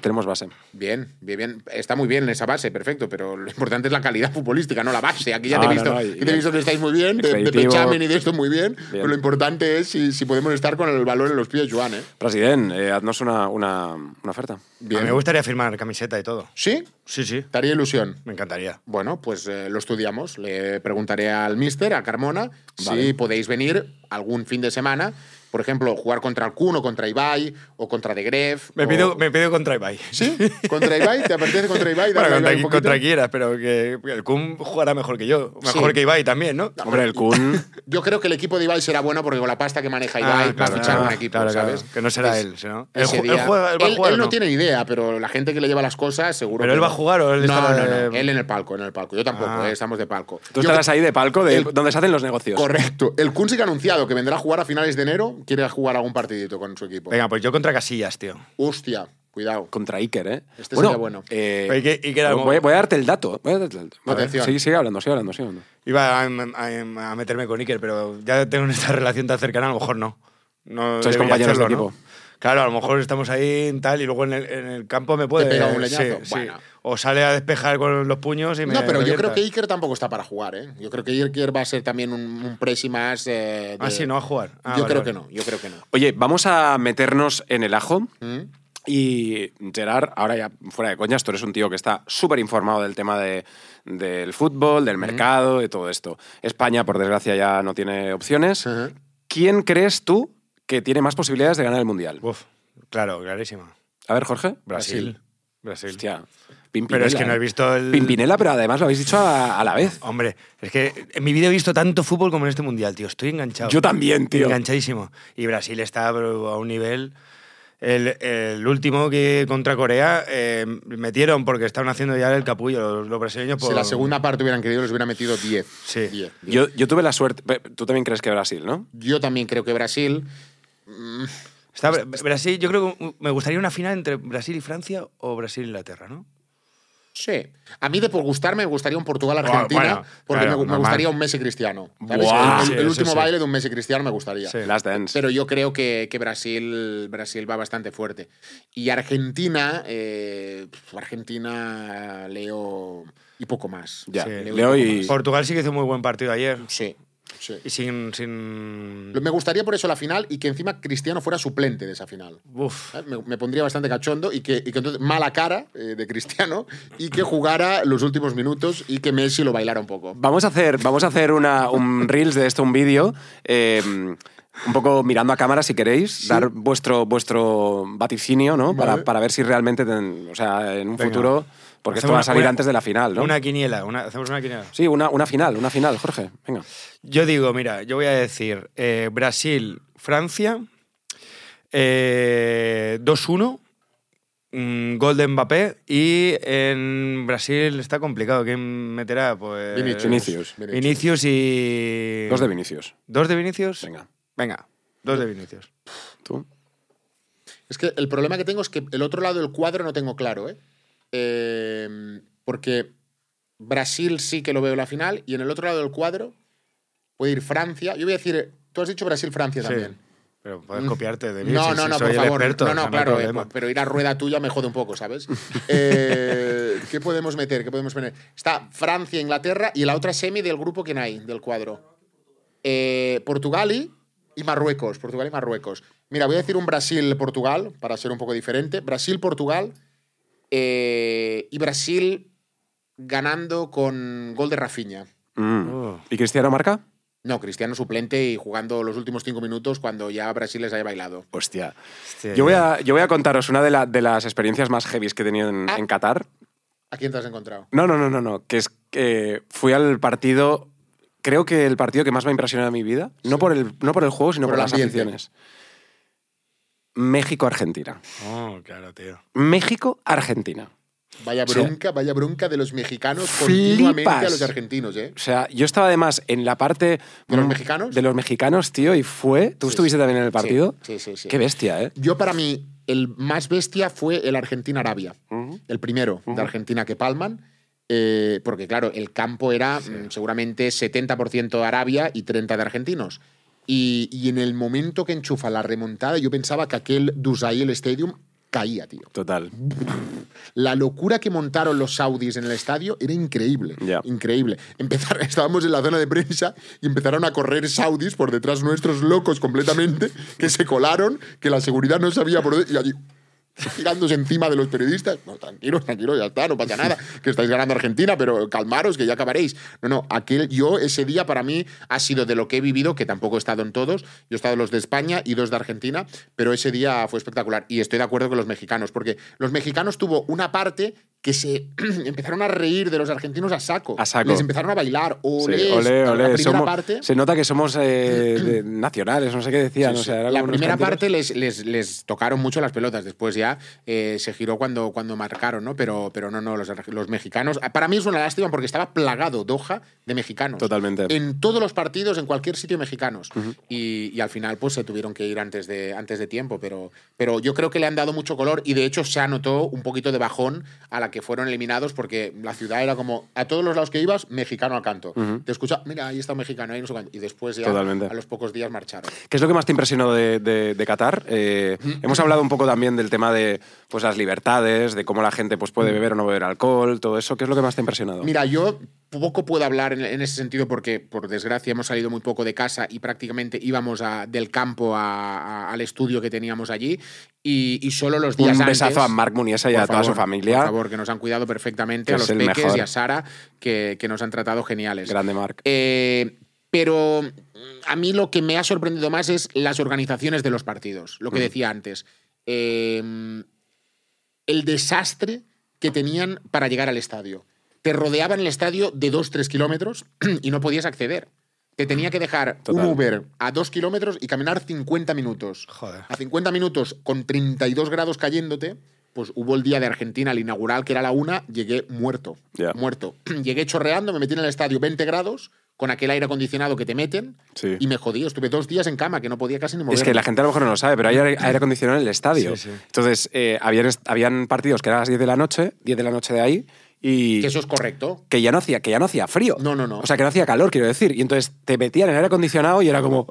[SPEAKER 1] tenemos base.
[SPEAKER 3] bien, bien, bien. Está muy bien esa base, perfecto, pero lo importante es la calidad futbolística, no la base. Aquí ya
[SPEAKER 1] No,
[SPEAKER 3] te he
[SPEAKER 1] no,
[SPEAKER 3] visto,
[SPEAKER 1] no, y-
[SPEAKER 3] que te he visto que estáis muy bien, de, de
[SPEAKER 1] Creativo.
[SPEAKER 3] pechamen y de esto muy bien, pero
[SPEAKER 1] Bien.
[SPEAKER 3] lo importante es si, si podemos estar con el valor en los pies, Joan, ¿eh?
[SPEAKER 1] President, eh, haznos una, una, una oferta.
[SPEAKER 2] A
[SPEAKER 3] Bien.
[SPEAKER 2] mí me gustaría firmar camiseta y todo.
[SPEAKER 3] ¿Sí?
[SPEAKER 2] Sí, sí.
[SPEAKER 3] ¿Te haría ilusión?
[SPEAKER 2] Me encantaría.
[SPEAKER 3] Bueno, pues eh, lo estudiamos. Le preguntaré al mister, a Carmona, si
[SPEAKER 1] Vale.
[SPEAKER 3] podéis venir algún fin de semana. Por ejemplo, jugar contra el Kun o contra Ibai o contra De Gref.
[SPEAKER 2] Me
[SPEAKER 3] o-
[SPEAKER 1] Oh.
[SPEAKER 2] pido, me pido contra Ibai.
[SPEAKER 3] ¿Sí? ¿Contra Ibai? ¿Te apetece contra Ibai?
[SPEAKER 2] Bueno,
[SPEAKER 3] darle a
[SPEAKER 2] contra,
[SPEAKER 3] Ibai un
[SPEAKER 2] qui-
[SPEAKER 3] poquito?
[SPEAKER 2] contra quieras, pero que que el Kun jugará mejor que yo. Mejor
[SPEAKER 3] Sí.
[SPEAKER 2] que Ibai también, ¿no?
[SPEAKER 1] Hombre, el Kun...
[SPEAKER 3] (laughs) Yo creo que el equipo de Ibai será bueno porque con la pasta que maneja Ibai va a fichar
[SPEAKER 2] Ah, claro,
[SPEAKER 3] un equipo,
[SPEAKER 2] claro, claro.
[SPEAKER 3] ¿sabes?
[SPEAKER 2] Que no será
[SPEAKER 3] Es-
[SPEAKER 2] él, sino. Él,
[SPEAKER 3] ese
[SPEAKER 2] ju- él
[SPEAKER 3] día-
[SPEAKER 2] juega, él va a
[SPEAKER 3] Él-
[SPEAKER 2] jugar.
[SPEAKER 3] él
[SPEAKER 2] o
[SPEAKER 3] no
[SPEAKER 2] no?
[SPEAKER 3] tiene ni idea, pero la gente que le lleva las cosas seguro.
[SPEAKER 2] ¿Pero
[SPEAKER 3] que
[SPEAKER 2] él va a jugar o él
[SPEAKER 3] no,
[SPEAKER 2] estará
[SPEAKER 3] no, no,
[SPEAKER 2] de-
[SPEAKER 3] Él en el palco, en el palco. Yo tampoco,
[SPEAKER 2] Ah.
[SPEAKER 3] eh, estamos de palco.
[SPEAKER 1] Tú
[SPEAKER 3] Yo-
[SPEAKER 1] estarás ahí de palco de
[SPEAKER 3] el-
[SPEAKER 1] donde se hacen los negocios.
[SPEAKER 3] Correcto. El Kun sí que ha anunciado que vendrá a jugar a finales de enero. Quiere jugar algún partidito con su equipo.
[SPEAKER 2] Venga, pues yo contra Casillas, tío.
[SPEAKER 3] Hostia, cuidado.
[SPEAKER 1] Contra Iker, ¿eh?
[SPEAKER 3] Este
[SPEAKER 1] bueno,
[SPEAKER 3] sería bueno.
[SPEAKER 1] eh,
[SPEAKER 2] Pero ¿y qué- y qué era?
[SPEAKER 1] voy, voy a darte el dato. Voy a darte el dato. A ver,
[SPEAKER 3] Atención.
[SPEAKER 1] sigue, sigue hablando, sigue hablando, sigue hablando.
[SPEAKER 2] Iba a, a- a meterme con Iker, pero ya tengo esta (laughs) relación tan cercana, a lo mejor no. no
[SPEAKER 1] Sois
[SPEAKER 2] debería
[SPEAKER 1] compañeros de
[SPEAKER 2] hacerlo, ¿no?
[SPEAKER 1] equipo.
[SPEAKER 2] Claro, a lo mejor estamos ahí en tal y luego en el, en el campo me puede.
[SPEAKER 3] pega un
[SPEAKER 2] sí,
[SPEAKER 3] leñazo.
[SPEAKER 2] sí.
[SPEAKER 3] Bueno.
[SPEAKER 2] O sale a despejar con los puños y me.
[SPEAKER 3] No, pero yo creo
[SPEAKER 2] revienta.
[SPEAKER 3] que Iker tampoco está para jugar, ¿eh? Yo creo que Iker va a ser también un, un presi más. eh, de-
[SPEAKER 2] Ah, sí, no va a jugar. Ah, vale,
[SPEAKER 3] yo creo
[SPEAKER 2] vale.
[SPEAKER 3] que no, yo creo que no.
[SPEAKER 1] Oye, vamos a meternos en el ajo.
[SPEAKER 3] ¿Mm?
[SPEAKER 1] Y Gerard, ahora ya fuera de coñas, tú eres un tío que está súper informado del tema de- del fútbol,
[SPEAKER 3] Mm.
[SPEAKER 1] del mercado, de todo esto. España, por desgracia, ya no tiene opciones.
[SPEAKER 3] Ujú.
[SPEAKER 1] ¿Quién crees tú que tiene más posibilidades de ganar el Mundial?
[SPEAKER 2] Uf, claro, clarísima.
[SPEAKER 1] A ver, Jorge.
[SPEAKER 2] Brasil. Brasil.
[SPEAKER 1] Hostia. Pimpinela,
[SPEAKER 2] Pero es que no he
[SPEAKER 1] ¿eh?
[SPEAKER 2] visto el.
[SPEAKER 1] Pimpinela, pero además lo habéis dicho a, a la vez.
[SPEAKER 2] Hombre, es que en mi vida he visto tanto fútbol como en este mundial, tío. Estoy enganchado.
[SPEAKER 1] Yo también, tío.
[SPEAKER 2] Enganchadísimo. Y Brasil está pero, a un nivel. El, el último que contra Corea eh, metieron porque estaban haciendo ya el capullo los, los brasileños. Por...
[SPEAKER 3] Si la segunda parte hubieran querido, les hubiera metido 10.
[SPEAKER 2] Sí.
[SPEAKER 3] 10.
[SPEAKER 1] Yo, yo tuve la suerte. pe- Tú también crees que Brasil, ¿no?
[SPEAKER 3] Yo también creo que Brasil.
[SPEAKER 2] Está Bra- Brasil, yo creo que me gustaría una final entre Brasil y Francia o Brasil e Inglaterra, ¿no?
[SPEAKER 3] Sí. A mí, de por gustarme, me gustaría un Portugal-Argentina,
[SPEAKER 2] Ah, Bueno,
[SPEAKER 3] porque
[SPEAKER 2] claro,
[SPEAKER 3] me, me
[SPEAKER 2] normal.
[SPEAKER 3] gustaría un Messi cristiano. ¿sabes?
[SPEAKER 1] Buah.
[SPEAKER 3] El-
[SPEAKER 2] Sí,
[SPEAKER 3] el
[SPEAKER 2] sí,
[SPEAKER 3] último
[SPEAKER 2] sí.
[SPEAKER 3] baile de un Messi cristiano me gustaría.
[SPEAKER 2] Sí.
[SPEAKER 1] Last Dance.
[SPEAKER 3] Pero yo creo que, que Brasil, Brasil va bastante fuerte. Y Argentina, eh, pf, Argentina leo y poco más.
[SPEAKER 1] Ya,
[SPEAKER 2] Sí.
[SPEAKER 1] Leo y.
[SPEAKER 2] Portugal sí que hizo muy buen partido ayer.
[SPEAKER 3] Sí, sí.
[SPEAKER 2] Y sin. sin...
[SPEAKER 3] Lo- Me gustaría por eso la final y que encima Cristiano fuera suplente de esa final.
[SPEAKER 2] Uf.
[SPEAKER 3] ¿Sabes? Me, me pondría bastante cachondo y que, y que entonces mala cara eh, de Cristiano y que jugara los últimos minutos y que Messi lo bailara un poco.
[SPEAKER 1] Vamos a hacer, vamos a hacer una, un reels de esto, un vídeo. eh, un poco mirando a cámara, si queréis, dar vuestro, vuestro vaticinio, ¿no? Para, para ver si realmente, ten- o sea, en un
[SPEAKER 2] Venga.
[SPEAKER 1] futuro. Porque esto
[SPEAKER 2] Hacemos
[SPEAKER 1] va a salir
[SPEAKER 2] una-
[SPEAKER 1] antes de la final, ¿no?
[SPEAKER 2] Una quiniela, una- hacemos una quiniela.
[SPEAKER 1] Sí, una, una final, una final, Jorge. Venga.
[SPEAKER 2] Yo digo, mira, yo voy a decir eh, Brasil, Francia, eh, 2-1, mm, gol de Mbappé y en Brasil está complicado. ¿Quién meterá? Pues
[SPEAKER 3] Vinicius.
[SPEAKER 1] Vinicius.
[SPEAKER 2] Vinicius y...
[SPEAKER 1] Dos de Vinicius.
[SPEAKER 2] ¿Dos de Vinicius?
[SPEAKER 1] Venga.
[SPEAKER 2] Venga, dos de Vinicius.
[SPEAKER 1] ¿Tú?
[SPEAKER 3] Es que el problema que tengo es que el otro lado del cuadro no tengo claro, ¿eh? Eh, porque Brasil sí que lo veo en la final y en el otro lado del cuadro puede ir Francia. Yo voy a decir, tú has dicho Brasil-Francia
[SPEAKER 2] Sí.
[SPEAKER 3] también.
[SPEAKER 2] Pero puedes copiarte de mí.
[SPEAKER 3] No,
[SPEAKER 2] si-
[SPEAKER 3] no,
[SPEAKER 2] si soy
[SPEAKER 3] no, por
[SPEAKER 2] el
[SPEAKER 3] favor.
[SPEAKER 2] experto,
[SPEAKER 3] no,
[SPEAKER 2] o sea,
[SPEAKER 3] no,
[SPEAKER 2] hay
[SPEAKER 3] claro, eh,
[SPEAKER 2] problema.
[SPEAKER 3] pero ir a rueda tuya me jode un poco, ¿sabes? (laughs) Eh, ¿Qué podemos meter? ¿Qué podemos poner? Está Francia, Inglaterra y la otra semi del grupo que hay, del cuadro. Eh, Portugal y, y Marruecos. Portugal y Marruecos. Mira, voy a decir un Brasil-Portugal para ser un poco diferente. Brasil-Portugal Eh, y Brasil ganando con gol de Rafinha.
[SPEAKER 1] Mm.
[SPEAKER 2] Oh.
[SPEAKER 1] ¿Y Cristiano marca?
[SPEAKER 3] No, Cristiano suplente y jugando los últimos cinco minutos cuando ya Brasil les haya bailado.
[SPEAKER 1] Hostia.
[SPEAKER 2] Hostia.
[SPEAKER 1] Yo voy
[SPEAKER 3] Eh,
[SPEAKER 1] a, yo voy a contaros una de, la- de las experiencias más heavies que he tenido en,
[SPEAKER 3] Ah.
[SPEAKER 1] en Qatar.
[SPEAKER 3] ¿A quién te has encontrado?
[SPEAKER 1] No, no, no, no, no. Que es que fui al partido. Creo que el partido que más me ha impresionado en mi vida. No, por, el, no por el juego, sino
[SPEAKER 3] Por
[SPEAKER 1] por,
[SPEAKER 3] el
[SPEAKER 1] las
[SPEAKER 3] ambiente.
[SPEAKER 1] aficiones. México-Argentina.
[SPEAKER 2] Oh, claro, tío.
[SPEAKER 1] México-Argentina.
[SPEAKER 3] Vaya
[SPEAKER 1] O sea,
[SPEAKER 3] bronca, vaya bronca de los mexicanos continuamente a
[SPEAKER 1] flipas.
[SPEAKER 3] los argentinos, ¿eh?
[SPEAKER 1] O sea, yo estaba además en la parte.
[SPEAKER 3] ¿De los
[SPEAKER 1] mm,
[SPEAKER 3] mexicanos?
[SPEAKER 1] De los mexicanos, tío, y fue. Tú
[SPEAKER 3] Sí,
[SPEAKER 1] estuviste
[SPEAKER 3] sí.
[SPEAKER 1] también en el partido.
[SPEAKER 3] Sí, sí, sí. sí.
[SPEAKER 1] Qué bestia, ¿eh?
[SPEAKER 3] Yo para mí, el más bestia fue el Argentina-Arabia. El primero de Argentina que palman. eh, porque claro, el campo era mm, seguramente 70% de Arabia y 30% de argentinos. Y, y en el momento que enchufa la remontada, yo pensaba que aquel Dusail Stadium caía, tío.
[SPEAKER 1] Total.
[SPEAKER 3] La locura que montaron los saudis en el estadio era increíble.
[SPEAKER 1] Ya.
[SPEAKER 3] Increíble. Empezar, (laughs) estábamos en la zona de prensa y empezaron a correr saudis por detrás nuestros locos completamente, que se colaron, que la seguridad no sabía por dónde. Y allí tirándose encima de los periodistas. No, tranquilo, tranquilo, ya está, no pasa nada. Que estáis ganando Argentina, pero calmaros, que ya acabaréis. No, no, aquel, yo ese día para mí ha sido de lo que he vivido, que tampoco he estado en todos. Yo he estado en los de España y dos de Argentina, pero ese día fue espectacular. Y estoy de acuerdo con los mexicanos, porque los mexicanos tuvo una parte que se (clears throat) empezaron a reír de los argentinos a saco.
[SPEAKER 1] A saco.
[SPEAKER 3] Les empezaron a bailar.
[SPEAKER 1] Sí,
[SPEAKER 3] Olé,
[SPEAKER 1] ole,
[SPEAKER 3] la
[SPEAKER 1] ole.
[SPEAKER 3] primera
[SPEAKER 1] Somos-
[SPEAKER 3] parte.
[SPEAKER 1] Se nota que somos eh,
[SPEAKER 3] (clears throat)
[SPEAKER 1] de- nacionales, no sé qué decían.
[SPEAKER 3] Sí,
[SPEAKER 1] o sea,
[SPEAKER 3] sí.
[SPEAKER 1] eran
[SPEAKER 3] la
[SPEAKER 1] como unos
[SPEAKER 3] primera
[SPEAKER 1] cánticos.
[SPEAKER 3] parte les, les- les tocaron mucho las pelotas, después ya eh, se giró cuando, cuando marcaron, ¿no? Pero, pero no, no, los, arg- los mexicanos. ah, Para mí es una lástima porque estaba plagado Doha de mexicanos.
[SPEAKER 1] Totalmente.
[SPEAKER 3] En todos los partidos, en cualquier sitio mexicanos. y, y al final, pues se tuvieron que ir antes de, antes de tiempo, pero, pero yo creo que le han dado mucho color y de hecho se anotó un poquito de bajón a la que fueron eliminados porque la ciudad era como a todos los lados que ibas, mexicano al canto. Te escucha, mira, ahí está un mexicano, ahí no sé cuánto. Y después ya
[SPEAKER 1] Totalmente.
[SPEAKER 3] a los pocos días marcharon.
[SPEAKER 1] ¿Qué es lo que más te impresionó de, de- de Qatar? Eh,
[SPEAKER 3] Mm.
[SPEAKER 1] hemos hablado un poco también del tema de pues, las libertades, de cómo la gente pues,
[SPEAKER 3] Mm.
[SPEAKER 1] puede beber o no beber alcohol, todo eso. ¿Qué es lo que más te ha impresionado?
[SPEAKER 3] Mira, yo poco puedo hablar en, en ese sentido porque, por desgracia, hemos salido muy poco de casa y prácticamente íbamos a- del campo a- a- al estudio que teníamos allí y, y solo los días
[SPEAKER 1] Un
[SPEAKER 3] antes...
[SPEAKER 1] besazo a Marc Muniesa y
[SPEAKER 3] Por
[SPEAKER 1] a toda su
[SPEAKER 3] favor,
[SPEAKER 1] familia.
[SPEAKER 3] Por favor, que nos han cuidado perfectamente,
[SPEAKER 1] Que
[SPEAKER 3] a
[SPEAKER 1] es
[SPEAKER 3] los
[SPEAKER 1] el
[SPEAKER 3] peques
[SPEAKER 1] mejor.
[SPEAKER 3] y a Sara, que, que nos han tratado geniales.
[SPEAKER 1] Grande Marc.
[SPEAKER 3] Eh, pero mm, a mí lo que me ha sorprendido más es las organizaciones de los partidos, lo que decía antes. Eh, el desastre que tenían para llegar al estadio. Te rodeaban el estadio de 2-3 kilómetros (clears throat) y no podías acceder. Te tenía que dejar
[SPEAKER 1] Total.
[SPEAKER 3] un Uber a 2 kilómetros y caminar 50 minutos.
[SPEAKER 2] Joder.
[SPEAKER 3] A 50 minutos, con 32 grados cayéndote, pues hubo el día de Argentina, el inaugural, que era la una, llegué muerto.
[SPEAKER 1] Ya.
[SPEAKER 3] Muerto. Llegué chorreando, me metí en el estadio 20 grados, con aquel aire acondicionado que te meten,
[SPEAKER 1] Sí.
[SPEAKER 3] y me jodí. Estuve dos días en cama, que no podía casi ni moverme.
[SPEAKER 1] Es que la gente a lo mejor no lo sabe, pero hay aire aire acondicionado en el estadio.
[SPEAKER 2] Sí, sí.
[SPEAKER 1] Entonces, eh, habían, est- habían partidos que eran a las 10 de la noche, 10 de la noche de ahí, y
[SPEAKER 3] Que eso es correcto.
[SPEAKER 1] que ya no hacía, que ya no hacía frío.
[SPEAKER 3] No, no, no.
[SPEAKER 1] O sea, que no hacía calor, quiero decir. Y entonces te metían en aire acondicionado y era como.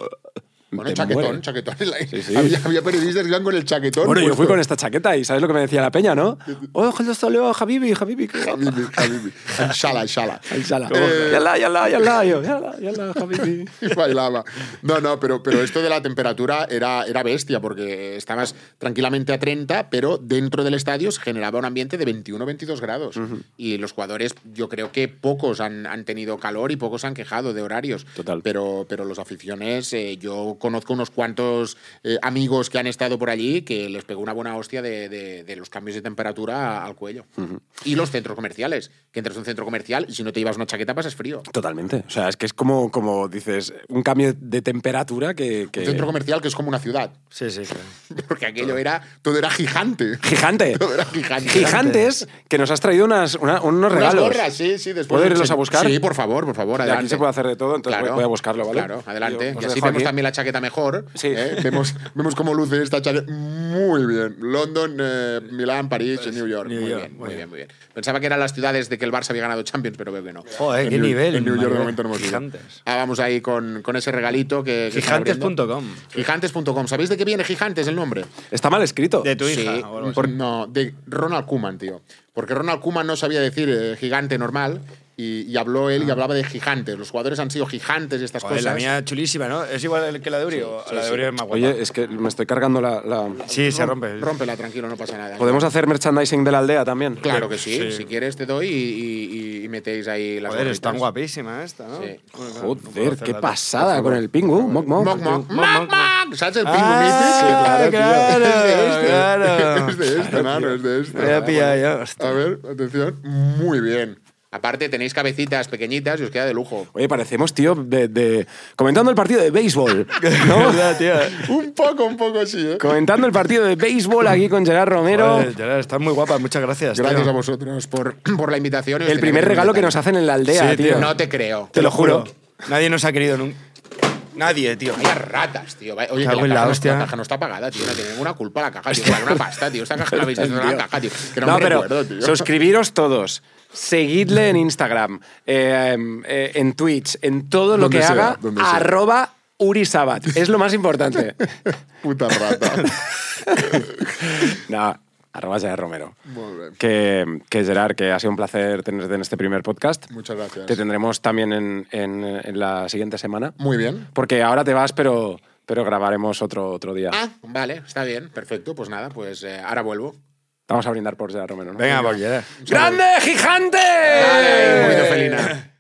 [SPEAKER 3] Bueno,
[SPEAKER 1] te
[SPEAKER 3] chaquetón,
[SPEAKER 1] mueres.
[SPEAKER 3] chaquetón.
[SPEAKER 1] sí.
[SPEAKER 3] Había, había periodistas que iban con el chaquetón.
[SPEAKER 1] Bueno, yo
[SPEAKER 3] puesto.
[SPEAKER 1] fui con esta chaqueta y ¿sabes lo que me decía la peña,
[SPEAKER 3] (laughs)
[SPEAKER 1] no? ¡Oh, Jaldo Soleo, Habibi, Habibi! qué guapa".
[SPEAKER 3] Habibi, Habibi. Inshallah, inshallah.
[SPEAKER 1] Inshallah.
[SPEAKER 3] Eh,
[SPEAKER 1] Yala, yala, yala, yo, yala, yala, Habibi.
[SPEAKER 3] Y (laughs) bailaba. No, no, pero, pero esto de la temperatura era, era bestia, porque estabas tranquilamente a 30, pero dentro del estadio se generaba un ambiente de 21 22 grados. Y los jugadores, yo creo que pocos han, han tenido calor y pocos han quejado de horarios.
[SPEAKER 1] Total.
[SPEAKER 3] Pero, pero los aficiones, eh, yo conozco unos cuantos eh, amigos que han estado por allí que les pegó una buena hostia de, de- de los cambios de temperatura al cuello. Y los centros comerciales, que entras a un centro comercial y si no te llevas una chaqueta pasas frío.
[SPEAKER 1] Totalmente. O sea, es que es como, como dices, un cambio de temperatura que. que-
[SPEAKER 3] Un centro comercial que es como una ciudad.
[SPEAKER 2] Sí, sí, claro.
[SPEAKER 3] (laughs) Porque aquello era. Todo era gigante.
[SPEAKER 1] ¡Gigante!
[SPEAKER 3] (laughs) Todo era gigante.
[SPEAKER 1] Gigantes, que nos has traído unas, una- unos
[SPEAKER 3] Unas
[SPEAKER 1] regalos.
[SPEAKER 3] gorras, sí, sí. Después
[SPEAKER 1] ¿Puedo irlos a buscar?
[SPEAKER 3] Sí, por favor, por favor,
[SPEAKER 1] De
[SPEAKER 3] adelante.
[SPEAKER 1] Aquí se puede hacer de todo, entonces voy- voy a buscarlo, ¿vale?
[SPEAKER 3] Claro, adelante.
[SPEAKER 1] Yo os
[SPEAKER 3] y así
[SPEAKER 1] dejo
[SPEAKER 3] vemos
[SPEAKER 1] aquí.
[SPEAKER 3] también la chaqueta mejor.
[SPEAKER 1] Sí.
[SPEAKER 3] ¿eh? vemos, vemos cómo luce esta chaqueta. Muy bien. London, eh, Milán, París, y New York.
[SPEAKER 2] New
[SPEAKER 3] muy,
[SPEAKER 2] York,
[SPEAKER 3] bien,
[SPEAKER 2] muy
[SPEAKER 3] muy bien,
[SPEAKER 2] bien.
[SPEAKER 3] muy bien. Pensaba que eran las ciudades de que el Barça había ganado Champions, pero veo que no.
[SPEAKER 2] Joder,
[SPEAKER 3] En
[SPEAKER 2] qué
[SPEAKER 3] New-
[SPEAKER 2] nivel,
[SPEAKER 3] En New York de
[SPEAKER 2] Manuel.
[SPEAKER 3] momento no hemos ido.
[SPEAKER 2] Gigantes.
[SPEAKER 3] Ah, vamos ahí con, con ese regalito que. que están abriendo.
[SPEAKER 2] Gigantes.com.
[SPEAKER 3] Gigantes.com. ¿Sabéis de qué viene Gigantes el nombre?
[SPEAKER 1] Está mal escrito.
[SPEAKER 2] De tu
[SPEAKER 3] Sí,
[SPEAKER 2] hija. o algo así.
[SPEAKER 3] por- no, de Ronald Kuman, tío. Porque Ronald Kuman no sabía decir eh, gigante normal y, y habló él y hablaba de gigantes. Los jugadores han sido gigantes y estas
[SPEAKER 2] Ah. Joder,
[SPEAKER 3] cosas.
[SPEAKER 2] la mía chulísima, ¿no? ¿Es igual que la de Uri? o
[SPEAKER 3] sí,
[SPEAKER 2] la de
[SPEAKER 3] sí.
[SPEAKER 2] Uri es más guapa.
[SPEAKER 1] Oye, es que me estoy cargando la. la-
[SPEAKER 2] sí, se rompe.
[SPEAKER 3] Rómpela, tranquilo, no pasa nada.
[SPEAKER 1] ¿Podemos hacer merchandising de la aldea también?
[SPEAKER 3] Claro que sí.
[SPEAKER 2] Sí.
[SPEAKER 3] Si quieres, te doy y, y- y- y metéis ahí las
[SPEAKER 2] Joder, es tan
[SPEAKER 3] gorritas.
[SPEAKER 2] guapísima esta, ¿no?
[SPEAKER 3] Sí.
[SPEAKER 2] Joder, claro, no puedo
[SPEAKER 1] Joder,
[SPEAKER 2] hacer
[SPEAKER 1] qué
[SPEAKER 2] la- (laughs)
[SPEAKER 1] pasada con el pingu. Moc, moc.
[SPEAKER 3] Moc, moc, moc, moc. ¿Sabes el pingu
[SPEAKER 2] Ah,
[SPEAKER 3] mítico?
[SPEAKER 2] claro, claro.
[SPEAKER 3] Es de este. Es de este,
[SPEAKER 2] Claro,
[SPEAKER 3] mano,
[SPEAKER 2] tío.
[SPEAKER 3] es de este.
[SPEAKER 2] Me voy a pillar ya,
[SPEAKER 3] A
[SPEAKER 2] hostia.
[SPEAKER 3] ver, atención. Muy bien. Aparte, tenéis cabecitas pequeñitas y os queda de lujo.
[SPEAKER 1] Oye, parecemos, tío, de, de- comentando el partido de béisbol.
[SPEAKER 2] (laughs) ¿Verdad, tía?
[SPEAKER 3] Un poco, un poco así, ¿eh?
[SPEAKER 1] comentando el partido de béisbol aquí con Gerard Romero.
[SPEAKER 2] Joder, Gerard, estás muy guapa, muchas gracias.
[SPEAKER 3] Gracias
[SPEAKER 2] tío.
[SPEAKER 3] a vosotros por, (clears throat) por la invitación. y os
[SPEAKER 1] el
[SPEAKER 3] tenéis
[SPEAKER 1] primer regalo que nos hacen en la aldea,
[SPEAKER 3] Eh,
[SPEAKER 2] Sí, tío.
[SPEAKER 1] tío.
[SPEAKER 3] No te creo.
[SPEAKER 1] Te lo juro.
[SPEAKER 2] Nadie nos ha querido nunca. Nadie, tío.
[SPEAKER 3] Vaya ratas, tío. Vaya- Oye, que
[SPEAKER 2] Cago
[SPEAKER 3] la,
[SPEAKER 2] en la
[SPEAKER 3] caja no,
[SPEAKER 2] hostia.
[SPEAKER 3] la caja no está pagada, tío. No tiene ninguna culpa la caja, tío. Vale una pasta, tío. Esta
[SPEAKER 1] (laughs)
[SPEAKER 3] caja la habéis visto en la caja, tío. Que no,
[SPEAKER 1] No,
[SPEAKER 3] me
[SPEAKER 1] pero
[SPEAKER 3] recuerdo, tío.
[SPEAKER 1] suscribiros todos. Seguidle en Instagram, eh, eh, en Twitch, en todo lo
[SPEAKER 3] Donde
[SPEAKER 1] que
[SPEAKER 3] sea,
[SPEAKER 1] haga,
[SPEAKER 3] donde sea.
[SPEAKER 1] arroba Urisabat. Es lo más importante.
[SPEAKER 3] (laughs) Puta rata.
[SPEAKER 1] no, arroba Gerard Romero.
[SPEAKER 3] Muy bien.
[SPEAKER 1] Que, que Gerard, que ha sido un placer tenerte en este primer podcast.
[SPEAKER 3] (laughs) Muchas gracias.
[SPEAKER 1] Te tendremos también en, en- en la siguiente semana.
[SPEAKER 3] Muy bien.
[SPEAKER 1] Porque ahora te vas, pero, pero grabaremos otro, otro día.
[SPEAKER 3] Ah, vale, está bien, perfecto. Pues nada, pues eh, ahora vuelvo.
[SPEAKER 1] Vamos a brindar por Gerard Romero, ¿no?
[SPEAKER 2] Venga, por Gerard.
[SPEAKER 1] ¡Grande, gigante!
[SPEAKER 3] Dale, un poquito felina.